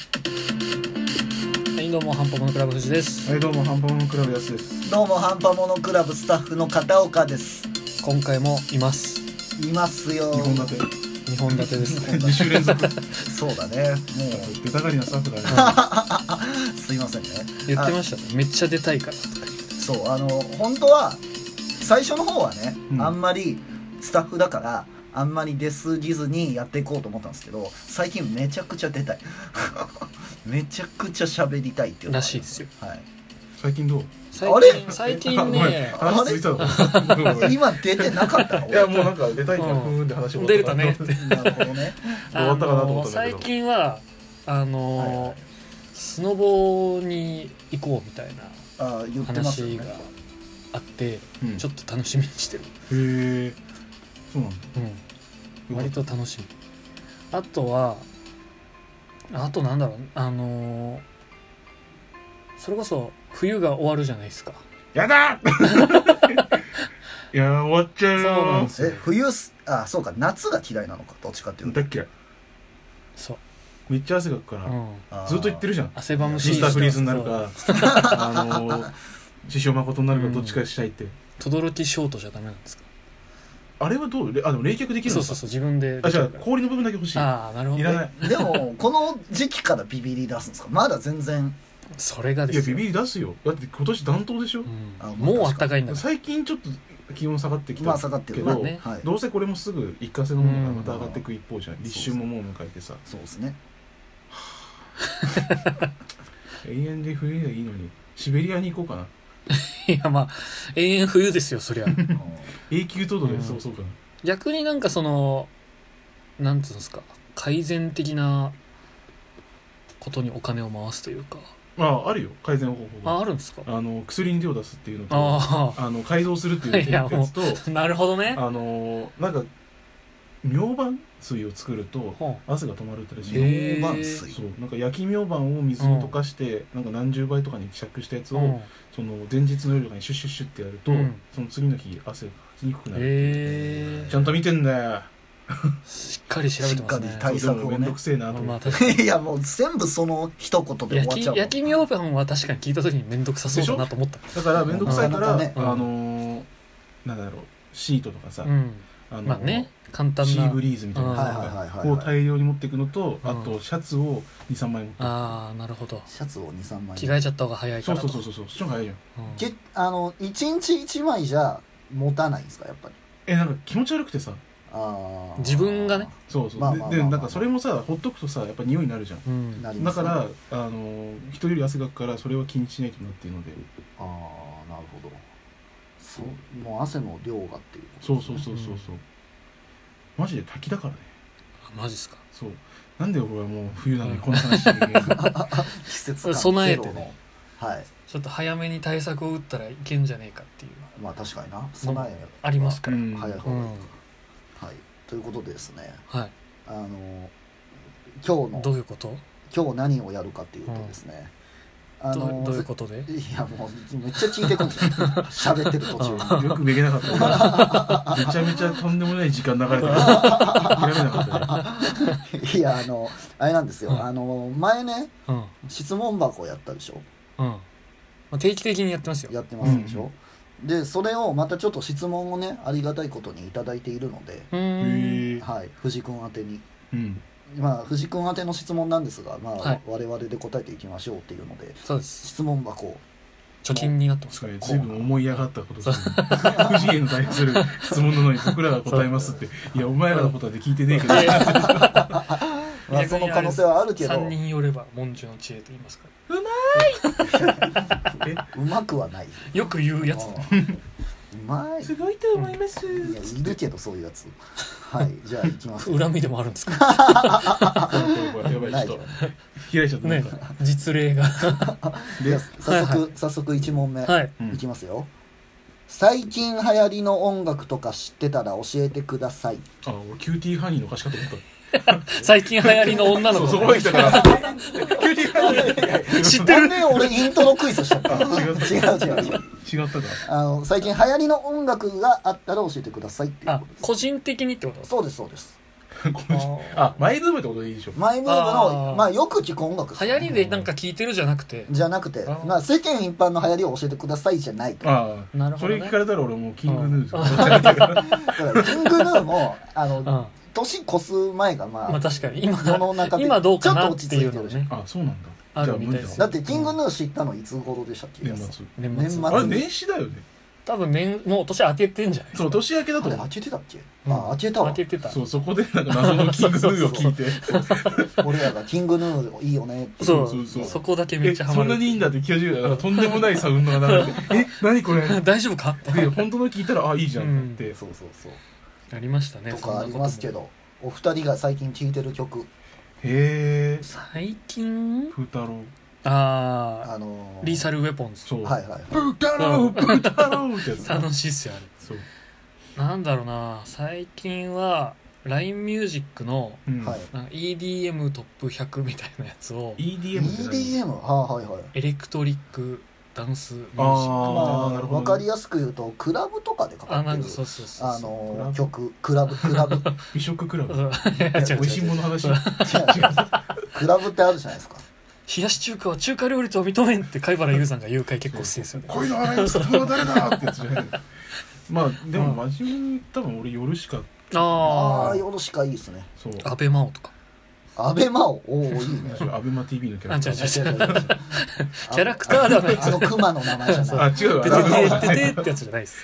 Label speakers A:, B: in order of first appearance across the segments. A: はい、どうも、ハンパモノクラブ藤です。
B: はいどうもハンパモノクラブやすです
C: どうもハンパモノクラブスタッフの片岡です
A: 今回もいます。
C: いますよ
B: 二本立て
A: 二本立て です。
C: 本立て
B: 二週連続
C: そうだねも
B: 出たがりなスタッフだね
C: うすいませんね
A: 言ってま
C: し
A: したね。めっちゃ出たいから。
C: たそうあの本当は最初の方はね、
B: うん
C: あんまりスタッフだからあんまり出すぎずにやっていこうと思ったんですけど最近めちゃくちゃ出たい めちゃくちゃ喋りたいっていうのが
A: ら
C: ある
A: しいですよ、
C: はい、
B: 最近どう
A: 最
C: あれ
A: 近、最近ね
B: あ、ごめん話ついたぞごめんごめんい
C: 今出てなかったの
B: やもうなんか 出たいから
A: う
B: ふ
A: ん
B: ーんで話を
A: 出れたねって。
C: なるほどね
B: 終わったかなと思
A: あの
B: ったんだけ
A: 最
B: ど
A: 近は、あ
C: はいはいは
A: の
C: い、
A: スノボに行こうみたいな
C: あ言ってますよ
A: 話
C: ね
A: があって、
B: うん
A: ちょっと楽しみにしてる。
B: へえそうなんだ
A: うん。割
B: よか
A: と楽しみあとはあとなんだろうあのーそれこそ冬が終わるじゃないですか
B: ったやだー いやー終わっちゃうよー
A: そうなんです
C: え冬すあそうか夏が嫌いなのかどっちかっていうと
B: だっけ
A: そう、
B: めっちゃ汗かくか
A: う
B: ら
A: ん、
C: あー
B: ずっと言ってるじゃん
A: 汗ばむし
B: ミスターフリーズになるかあのー師匠誠になるかどっちかしたいって
A: そう轟ショートじゃダメなんですか
B: あれはどうれあでも冷却できる
A: そ
B: の
A: う
B: か
A: そうそう自分で
B: あじゃあ氷の部分だけ欲しい
A: ああーなるほど、
B: い
A: ね、
B: らない
C: でもこの時期からビビり出すんですかまだ全然
A: それが
B: い
A: で
B: や
A: す
B: ビ
A: よ
B: ビり出すよだって今年暖冬でしょ
A: う
C: あ
A: ん、もう
C: ま
A: あ
C: あ
A: ったかいんだか
B: 最近ちょっと気温下がってき
C: まあ
B: た
C: 下がって
B: け
C: る
B: ど、
A: まあね
C: はい、
B: どうせこれもすぐ一過性のものがまた上がっていく一方じゃん、
C: ん
B: 立秋ももう迎えてさ
C: そうです ね
B: 永遠で冬がいいのにシベリアに行こうかな
A: らいやまあ永遠冬ですよそりゃ
C: うん
B: 永久凍土
A: う
B: で
A: ん
B: そうそうかな、
A: 逆になんかそのなんつうんですか改善的なことにお金を回すというか
B: まああるよ改善方法が
A: あ
B: あ
A: あるんですか
B: の薬に手を出すっていうのとあ
A: あ
B: の改造するっていう
A: いやもう
B: やつと
A: あ なるほどね
B: あのなんか明板水を作ると
A: ほ
B: 汗が止まるってらしい
A: へ
B: よ
A: え
C: 大満水
B: そうなんか焼き明板を水に溶かして、なんか何十倍とかに希釈したやつ
A: う
B: を、
A: うん
B: その前日の夜とかにシュッシュッシュッってやると、
A: うん
B: その次の日汗がかきにくくなる、
A: え
B: ちゃんと見てんだよ
A: しっかり調べてますね
C: しっかり対策
B: そ
C: をね
B: うでもめんどくせえなと思
A: ま
B: っ
A: あ
B: て、
A: 確かに
C: いやもう全部その一言で終わっ
A: 焼
C: ちゃ
A: き
C: うもん
A: 焼き明板は確かに聞いた時に面倒くさそうだなと思った
B: だからめんどくさいから、
C: なかな
A: かね
B: あのーなんだろうシートとかさ、
A: うん
B: あのー
A: まあね簡単
B: シ
A: な
B: ーブリーズみたいな
A: うん
C: はいはいはいはい
B: を
C: はい、
B: 大量に持っていくのと、
A: うん
B: あとシャツを23枚持っていく
A: ああなるほど
C: シャツを23枚
A: 着替えちゃった方が早いか
B: そう
A: ら
B: そ
A: と
B: うそうそうそうそっちの方が早いじゃん
A: うん
C: けあの1日1枚じゃ持たないんですかやっぱり
B: えなんか気持ち悪くてさ
C: あー
A: 自分がね
B: そうそう、
C: まあまあまあ
B: でで
C: まあ
B: なんかそれもさほっとくとさやっぱ匂いになるじゃん
A: うん
C: なり
B: だ
C: ます
B: か
C: ね
B: ら、あのー人より汗がくからそれは気にしないとなっていうので
C: ああなるほどそうもう汗の量がっていうこと
B: そ
C: で
B: う
C: す
B: そ
C: ね
B: うそうそうそう、マジで滝だからね
A: あマジっすか
B: そうなんで俺はもう冬なの
A: う
B: に
A: ん
B: こんな話してるんだ
C: 季節感
A: 備えてね
C: ゼロのはい
A: ちょっと早めに対策を打ったらいけんじゃねえかっていう
C: まあ確かにな備え
A: ありますから
B: うん
C: 早い方
A: う
C: がい
A: ん
C: い、はいということでですね
A: はい
C: あの今日の
A: どういうこと
C: 今日何をやるかっていうとですね、あ
A: ど
C: の
A: うどういうことで
C: いやもうめっちゃ聞いてくるんですよ喋ってる途 中に
B: よくめげなかった めちゃめちゃとんでもない時間流れてる 諦めなかったね
C: いやあのあれなんですよ、
A: うん
C: あの前ね
A: うん
C: 質問箱やったでしょ
A: うんまあ定期的にやってますよ
C: やってますでしょ、でそれをまたちょっと質問をねありがたいことに頂いただいているので、
A: う
B: へ
A: ーん
B: え
C: はい、藤君宛てに
B: うん
C: まあ藤君宛ての質問なんですが、まあ
A: はい
C: 我々で答えていきましょうっていうので
A: そうです
C: 質問箱
A: 貯金になってます
B: 確かに随分思い上がったことですね不次元に対する質問なのに僕らが答えます っていやお前らのことは聞いてねえけど
A: いや
C: まあ、
A: 逆
C: そ
A: にあ
C: の
A: れ
C: 可能性はあるけど
A: 三人寄れば文殊の知恵と言いますか
C: うまくはない
A: らよく言うやつだ
C: うんうまい
B: すごいと思い ます
C: いやいるけどそういう やつはいじゃあいきま す
A: 恨みでもあるんですか
B: やばいちょっと開いちゃったなん
A: ね
B: か
A: 実例が
C: で
B: で
C: は早速、
A: はいは
C: 早速1問目、
A: はい
B: うん
C: いきますよ最近流行りの音楽とか知ってたら教えてください
B: あ俺キューティーハニーの歌詞かと思った
A: 最近流行りの女の
B: そう
A: 子
B: そこまで来たから キューティーハニー
A: 知って
C: なん
A: る
C: で俺イントロクイズしちゃったの
B: あ違う
C: 違う違う違う
B: 違ったか
C: あの最近流行りの音楽があったら教えてくださいっていう
A: あ
C: ことです
A: 個人的にってこと
C: そうですそうです
B: この人あマイブームってことでいいでしょ
C: マイブームの
A: あー
C: まあ、よく聞く音楽です
A: 流行りでなんか聞いてるじゃなくて
C: じゃなくて
A: あー
C: まあ、世間一般の流行りを教えてくださいじゃないと
B: あ
A: な
B: あ
A: る
B: そ
A: ほ
B: れ
A: ど、
B: 聞
A: ね
B: か、れたら俺もうキングヌ ーズ
A: う
C: だからキングヌーもあ
A: う
C: の
A: んま
C: 年越す前がまあ、
A: あ確かに今
C: 世の中的に
A: 今どうかなっていうの
C: ちょっと
A: は
C: 落ち着いてるじゃ
A: ね
B: あそうなんだ
A: あ
B: じゃあ
A: るみ
B: 無
A: たい
B: 理
A: で
B: だ
A: す
C: だってキングヌー知ったのいつ頃でしたっけ
B: 年末
A: 年
C: 年末
A: 末
B: あれ年始だよね
A: 多分年もう年明けてんじゃない
B: そう年明けだ
C: あ
B: と
C: れ
B: 思
C: 開
B: う
C: けてたっけ、
A: うん
C: あ開けた
A: 明
C: わ
A: けてた
B: そうそこでなんか謎のキングヌーを聞いて
C: 俺らがキングヌーいいよねって
A: そう
B: そうそう
A: そこだけめ
B: え
A: っちゃハ
B: そ
A: マ
B: んな
A: る
B: にいいんだって気が付いたらなんかとんでもないサウンドが流れて え何これで
A: 大丈夫かって
B: 本当の聞いたらあいいじゃんってなって
C: そうそうそう
A: ありましたね
C: と
A: そん
C: か
A: な
C: あ
A: こ
C: り
A: と
C: ますけ
A: も
C: どお二人が最近聴いてる曲
B: へえ
A: 最近
B: 風太郎
A: あ
C: あの
A: あ
C: ー
A: リーサルウェポンズ
B: そう
C: はいはい
B: 風太郎風太郎ってや つ
A: 楽しいっすよあれ
B: そう
A: なんだろうな最近は LINE ミュージックの
B: うん
C: はい
A: なんか EDM トップ100みたいなやつを
B: EDM って何
C: EDM はあはいはい
A: エレクトリックダンスミュージック
B: あー
C: ま
B: な
C: あ
B: るほど
C: わかりやすく言うとクラブとかでかか
A: あ
C: って
A: なん
C: る
A: かそうそうそう
C: あ
A: そう
B: クラ
C: のー
B: ブ
C: 曲クラブクラブ違う
B: 美食クラブ
A: うん いや違う
B: 美
A: 違う
B: 味しいも の話
C: 違うクラブってあるじゃないですか
A: 冷やし中華は中華料理とは認めんって貝原優さんが言う回結構好きですよね
B: こういうの洗いを使ったのは誰だってやつじゃないまあでも真面目に多分俺夜しか
C: あ
A: あ
C: あーよろしかいいですね
B: そう
A: あ安倍真央とか
C: 安倍真央おおいいね
B: それアベマ TV のキャ
A: あ違
B: ラクタ
A: う違う違
B: ー
A: う
C: キ
A: キャラクターではない
C: あの熊の名前じゃない
B: あ違うわ
A: ててててててってやつじゃないです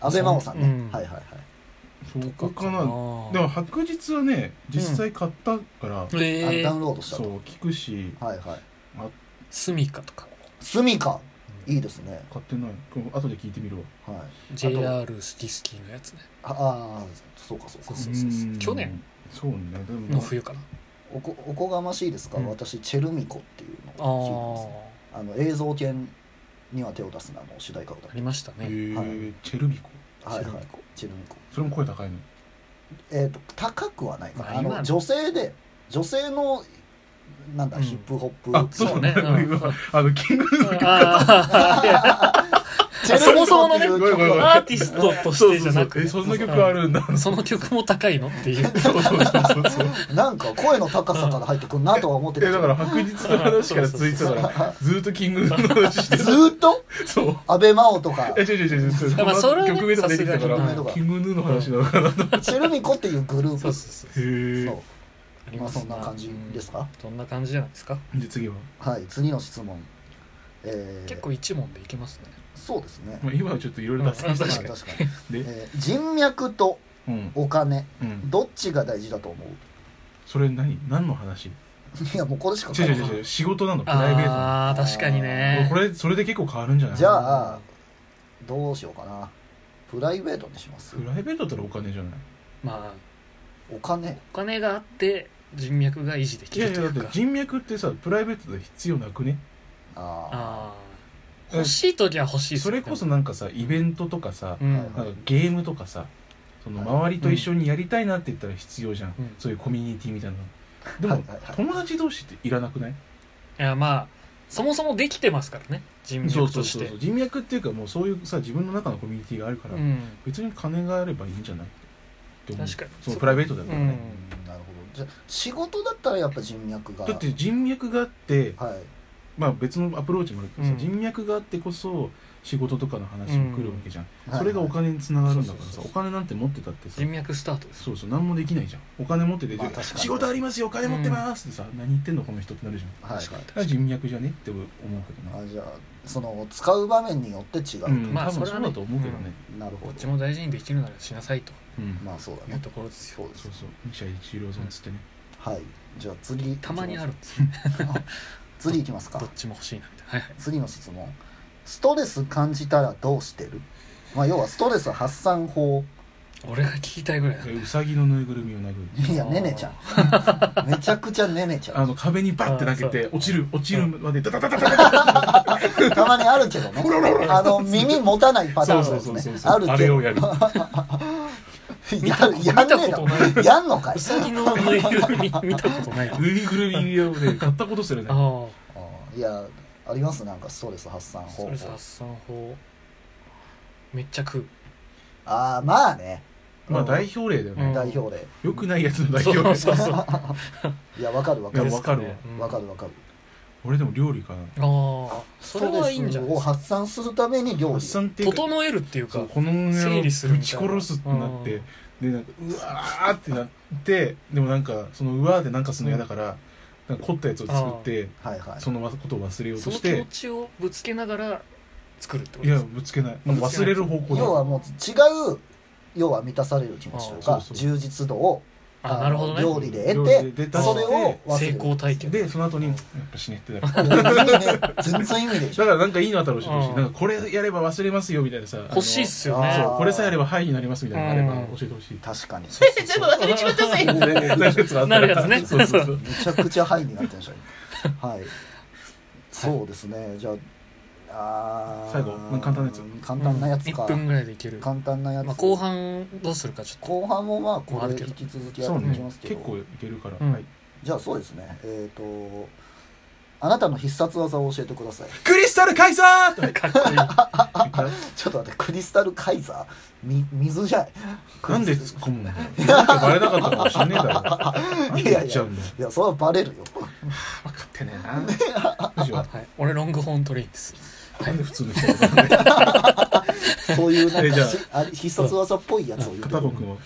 C: 安倍真央さんね、
A: うん
C: はいはいはい
B: そうこか
A: あ
B: な
A: ー
B: でも白日はね実際買ったから
C: あ
A: え
C: ダウ
A: ー
C: ンロードした
B: そう
C: と
B: 聞くし
C: はいはい
A: スミカとか
C: スミカいいですね
B: 買ってないこれ後で聞いてみるわ
C: はい
A: JR スキスキーのやつね
C: ああーそうかそう
A: そ
C: か
A: うそうそうそうん去年
B: そうねで
A: の
B: も
A: 冬かな
C: おこおこがましいですか、
A: うん
C: 私チェルミコっていう
A: あ
C: のを聞いてますね
A: ー
C: あの映像犬には手を出すなの主題歌を歌っ
A: あ
C: て
A: りました
B: へ
A: ね
C: は
B: えチェルミコ
C: は
A: チェ
C: い
A: ル
C: は
A: ミ
C: いチェルミコ
B: それも声高いの
C: えっ、と高くはないかな、
A: まあ
C: あ、
A: 今
C: の
A: の
C: 女性で女性のなんだ、
A: うん
C: ヒップホップ
B: あそうね
A: そうねうん
B: 今 あのキング
A: あ ーいや
C: チェルミ
B: そ
C: コっていう
B: もそものねごめんごめんご
C: 曲
B: ご
C: は
B: めん
A: アーティストとしてじゃなくて
B: そうそうそうえそんな曲あるんだ
A: うんその曲も高いのっていう
B: そうそうそうそうそう
C: なんか声の高さから入ってくるなとは思ってた
B: えだから白日の話から続いてたからずーっとキングの話して
C: ずーっと
B: たそう
C: 安倍真央とか
B: え違う違う違う違う
A: まあそれはね
B: 曲名とか出てきたか
C: さすがに
B: らキングヌーの話なのかなとへ
C: チェルミコっていうグループ
A: そ
C: そう
A: そう
C: う
A: そう
B: え
A: あり
C: まあ
A: す
C: そんな感じですか、
A: そんな感じじゃないですか
B: じゃあ次は
C: はい次の質問えー、
A: 結構一問でいけますね
C: そうですね
B: まあ今はちょっといろいろ脱線したか
C: 確かに
B: ら
C: 確かに、
B: で
C: えー人脈と
B: うん
C: お金
B: うん
C: どっちが大事だと思う
B: それ何何の話
C: いやもうこれしか
B: 違う
C: 書い
B: 違
C: て
B: う
C: ない
B: 違う仕事なのプライベートな
A: ああ確かに
B: の
A: ね
B: これそれで結構変わるんじゃない
C: じゃあどうしようかなプライベートにします
B: プライベートだったらお金じゃない
A: まあ
C: お金
A: お金があって人脈が維持でき
B: いや
A: る
B: い
A: と
B: や
A: い
B: だ
A: う
B: って
A: か
B: 人脈ってさプライベートで必要なくね
C: あ
A: ああ欲しい時は欲しいっす
B: そ
A: よ
B: れこそなんかさイベントとかさ
A: うん
C: はい
B: なんかゲームとかさその周りと一緒にやりたいなって言ったら必要じゃん、
A: うん
B: そういうコミュニティみたいなので
C: あ
B: も、
C: はいはいはい
B: 友達同士っていらなくない
A: いやまあそもそもできてますからね人
B: そう
A: 脈
B: そ
A: と
B: う
A: し
B: そう
A: て
B: そう人脈っていうかもうそういうさ自分の中のコミュニティがあるから、
A: うん
B: 別に金があればいいんじゃないって思う
A: 確かに
B: そうプライベートだったらね、
C: うんなるほどじゃあ仕事だったらやっぱ人脈が
B: だって人脈があって、
C: はい
B: まあ、別のアプローチもあるけどさ、
A: うん
B: 人脈があってこそ仕事とかの話も来るわけじゃん、
C: うん
B: それがお金につながるんだから
A: はい
B: さ
A: はい
B: お金なんて持ってたってさ
A: 人脈スタートです
B: そうそう何もできないじゃんお金持ってて、
C: まあ確かに
B: 仕事ありますよお金持ってますってさ、何言ってんのこの人ってなるじゃん
C: はい
A: 確かに
B: だから人脈じゃねって思うけどな、
C: あじゃあその使う場面によって違う、
B: うん、
A: まあ
B: 多分
A: そ
B: そ
A: れは
B: う
A: ね
B: だと思うけどね、
C: なる
A: こ
C: ほど
A: っちも大事にできるならしなさいと
B: うん
C: まあそうだ
A: いう
C: ね
A: ところですよ
C: そうです
B: そうそう二者一両損つってね、
C: はいじゃあ次
A: たまにあるんですよ
C: 次いきますか
A: どっちも欲しいなみたいなはいはい
C: 次の質問ストレス感じたらどうしてるまあ要はストレス発散法
A: 俺が聞きたいぐらいなんだ
B: えうさぎのぬいぐるみを殴る
C: いやねねちゃんめちゃくちゃねねちゃ
B: あ
C: ん
B: の壁にバッて投げて
A: あ
B: 落ちる落ちるまでダダダダダダ
C: たまにあるけどねあの耳持たないパタ
B: そ
C: ー
B: う
C: ン
B: そう
C: です
B: そうそう
C: ね
B: そう
C: ある
B: あ
C: け
B: れ
C: ど
B: をやる
A: 見たこと見たこ
C: ややんねえだ
A: とな
C: ろやんのかいう
A: さぎのぬいぐるみ見たこと ないあ
B: ぬいぐるみをね買ったことするね
A: あ
C: あいやありますなんかストレス発散
A: ス
C: 方
A: ト
C: 法
A: レス発散法めっちゃ食う
C: ああまあね
B: まあ代表例だよ
A: うん
B: ね、
C: 代表例
B: 良くないやつの代表
A: そう
B: 例
A: そうそう
C: いやわかるわか
B: い
C: る
B: やわかるわ
A: ですねうん
C: わかるわかる
B: 俺でも料理かな
A: ああそれはいいんじゃない
C: ストレスを発散するために料理
B: 発散っていうか
A: 整えるっていうか
B: そうこの胸
A: 整
B: をぶ
A: 理
B: ち
A: するみたいな
B: 殺すってなってでなんかうわーってなってでもなんかそのうわーでなんかするの嫌だからなんか凝ったやつを作って
C: はいはい
B: そのことを忘れよう
A: そ
B: と
A: の
B: し
A: 気持
B: て
A: ちをぶつけながら作るってこと
B: い
A: で
B: や
A: すね
B: ぶつけないもう忘れる方向
C: 要
B: だ
C: はもう違う要は満たされる気持ちと
B: あ
C: か
B: ーそうそう
C: 充実度を
A: あなるほどね
C: 料理で
B: 料
C: 得
B: 理で
C: て
B: 出た
A: して
C: それを忘れ
A: 成
C: る
A: 功体験
B: でその後にやっぱ死ねってだから
C: いやいいね 全然意 味でし
B: だ
C: ょ
B: からなんかいいのあったら教えてほしい
A: うん
B: なんかこれやれば忘れますよみたいなさ
A: 欲しいっ
B: あ
A: すよ
B: の
A: ね
B: そうこれさえあればはいになりますみたいなのがあれ
A: うん
B: ば教えてほしい
C: 確かに
D: えちょっと忘れちまったぜ
B: なるやつがあった
A: な
B: ら
A: るやつね
B: そう そうそう
C: めちゃくちゃハイになってましたねはいそうですねじゃああー
B: 最後簡単なやつ
C: 簡単なやつ
A: 1
C: か
A: 分ぐらいでいける
C: 簡単なやつ
A: まあ後半どうするかちょっと
C: 後半もまあこ
A: ある
C: れ
A: けど
C: 引き続きや
B: そう
C: っていき
B: ね
C: ますけど
B: 結構いけるから
A: うん
B: はい
C: じゃあそうですねえっとあなたの必殺技を教えてください
B: クリスタルカイザーとか
A: かっこいい
B: 言った
C: ちょっと待ってクリスタルカイザーみ水じゃな
B: なんで突っ込むんだよ。なんかバレなかったかもしんねえだろ。なんで
C: いや
B: 言っ
C: い
B: ちゃ
C: や
B: うんだよ。
C: いやそれはバレるよ
B: 分かってねえな。どうしよう
A: はい、俺ロングホーントレインです
B: なんで普通の人だったんだよ
C: そういうなん
B: えじゃ
C: か
B: あ
C: しあれ必殺技っぽいやつを言う
B: 片方君は。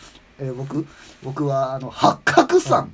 C: えー僕僕はあの八角さん